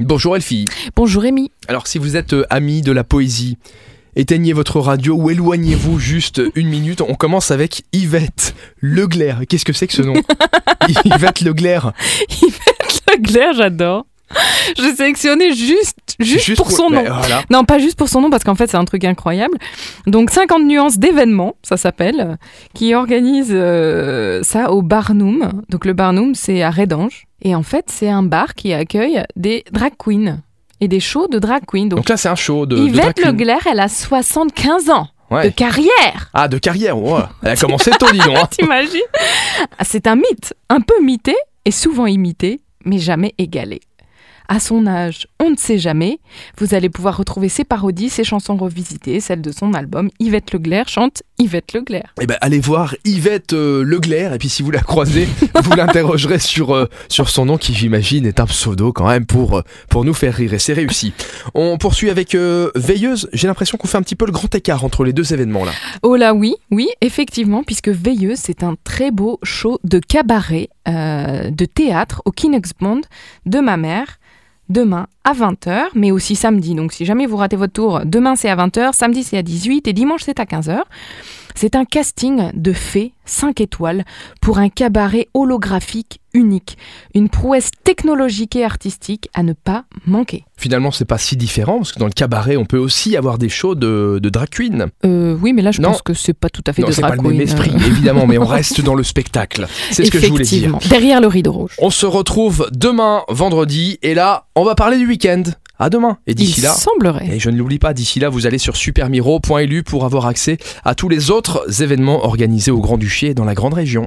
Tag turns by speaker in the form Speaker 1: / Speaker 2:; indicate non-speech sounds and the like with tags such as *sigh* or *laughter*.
Speaker 1: Bonjour Elfie.
Speaker 2: Bonjour Rémi.
Speaker 1: Alors si vous êtes euh, ami de la poésie, éteignez votre radio ou éloignez-vous juste
Speaker 2: *laughs*
Speaker 1: une minute. On commence avec Yvette Leglaire. Qu'est-ce que c'est que ce
Speaker 2: *laughs*
Speaker 1: nom Yvette Leglaire.
Speaker 2: *laughs* Claire, j'adore. J'ai sélectionné juste, juste, pour son nom.
Speaker 1: Bah, voilà.
Speaker 2: Non, pas juste pour son nom, parce qu'en fait, c'est un truc incroyable. Donc, 50 nuances d'événements, ça s'appelle, euh, qui organise euh, ça au Barnum. Donc, le Barnum, c'est à Redange. Et en fait, c'est un bar qui accueille des drag queens et des shows de drag queens. Donc,
Speaker 1: Donc là c'est un show de, de drag
Speaker 2: Yvette
Speaker 1: queen.
Speaker 2: Leclerc, elle a 75 ans
Speaker 1: Ouais.
Speaker 2: de carrière.
Speaker 1: Ah de carrière, ouais. elle a commencé tôt dis donc. hein.
Speaker 2: *laughs* T'imagines Ah, C'est un mythe, un peu mité et souvent imité, mais jamais égalé. À son âge, on ne sait jamais. Vous allez pouvoir retrouver ses parodies, ses chansons revisitées, celles de son album Yvette Leclerc chante Yvette Leclerc.
Speaker 1: Eh ben, allez voir Yvette euh, Leglaire et puis si vous la
Speaker 2: *laughs*
Speaker 1: croisez, vous l'interrogerez sur, euh, sur son nom qui j'imagine est un pseudo quand même pour, euh, pour nous faire rire et c'est réussi. On poursuit avec euh, Veilleuse, j'ai l'impression qu'on fait un petit peu le grand écart entre les deux événements là.
Speaker 2: Oh là oui, oui, effectivement, puisque Veilleuse, c'est un très beau show de cabaret, euh, de théâtre au Kinex-Bond de ma mère. Demain à 20h, mais aussi samedi. Donc, si jamais vous ratez votre tour, demain c'est à 20h, samedi c'est à 18h et dimanche c'est à 15h. C'est un casting de fées 5 étoiles pour un cabaret holographique unique, une prouesse technologique et artistique à ne pas manquer.
Speaker 1: Finalement c'est pas si différent parce que dans le cabaret on peut aussi avoir des shows de, de drag queen.
Speaker 2: Euh, oui, mais là je
Speaker 1: Non.
Speaker 2: pense que c'est pas tout à fait
Speaker 1: Non
Speaker 2: de
Speaker 1: c'est
Speaker 2: drag
Speaker 1: pas le même
Speaker 2: queen,
Speaker 1: esprit
Speaker 2: euh,
Speaker 1: évidemment
Speaker 2: *laughs*
Speaker 1: mais on reste dans le spectacle. C'est ce que je voulais dire.
Speaker 2: effectivement. Derrière le rideau rouge.
Speaker 1: On se retrouve demain vendredi et là on va parler du week-end. À demain et
Speaker 2: Il
Speaker 1: d'ici là... eh
Speaker 2: semblerait.
Speaker 1: Et je ne l'oublie pas, d'ici là, vous allez sur supermiro.lu pour avoir accès à tous les autres événements organisés au Grand-Duché et dans la Grande Région.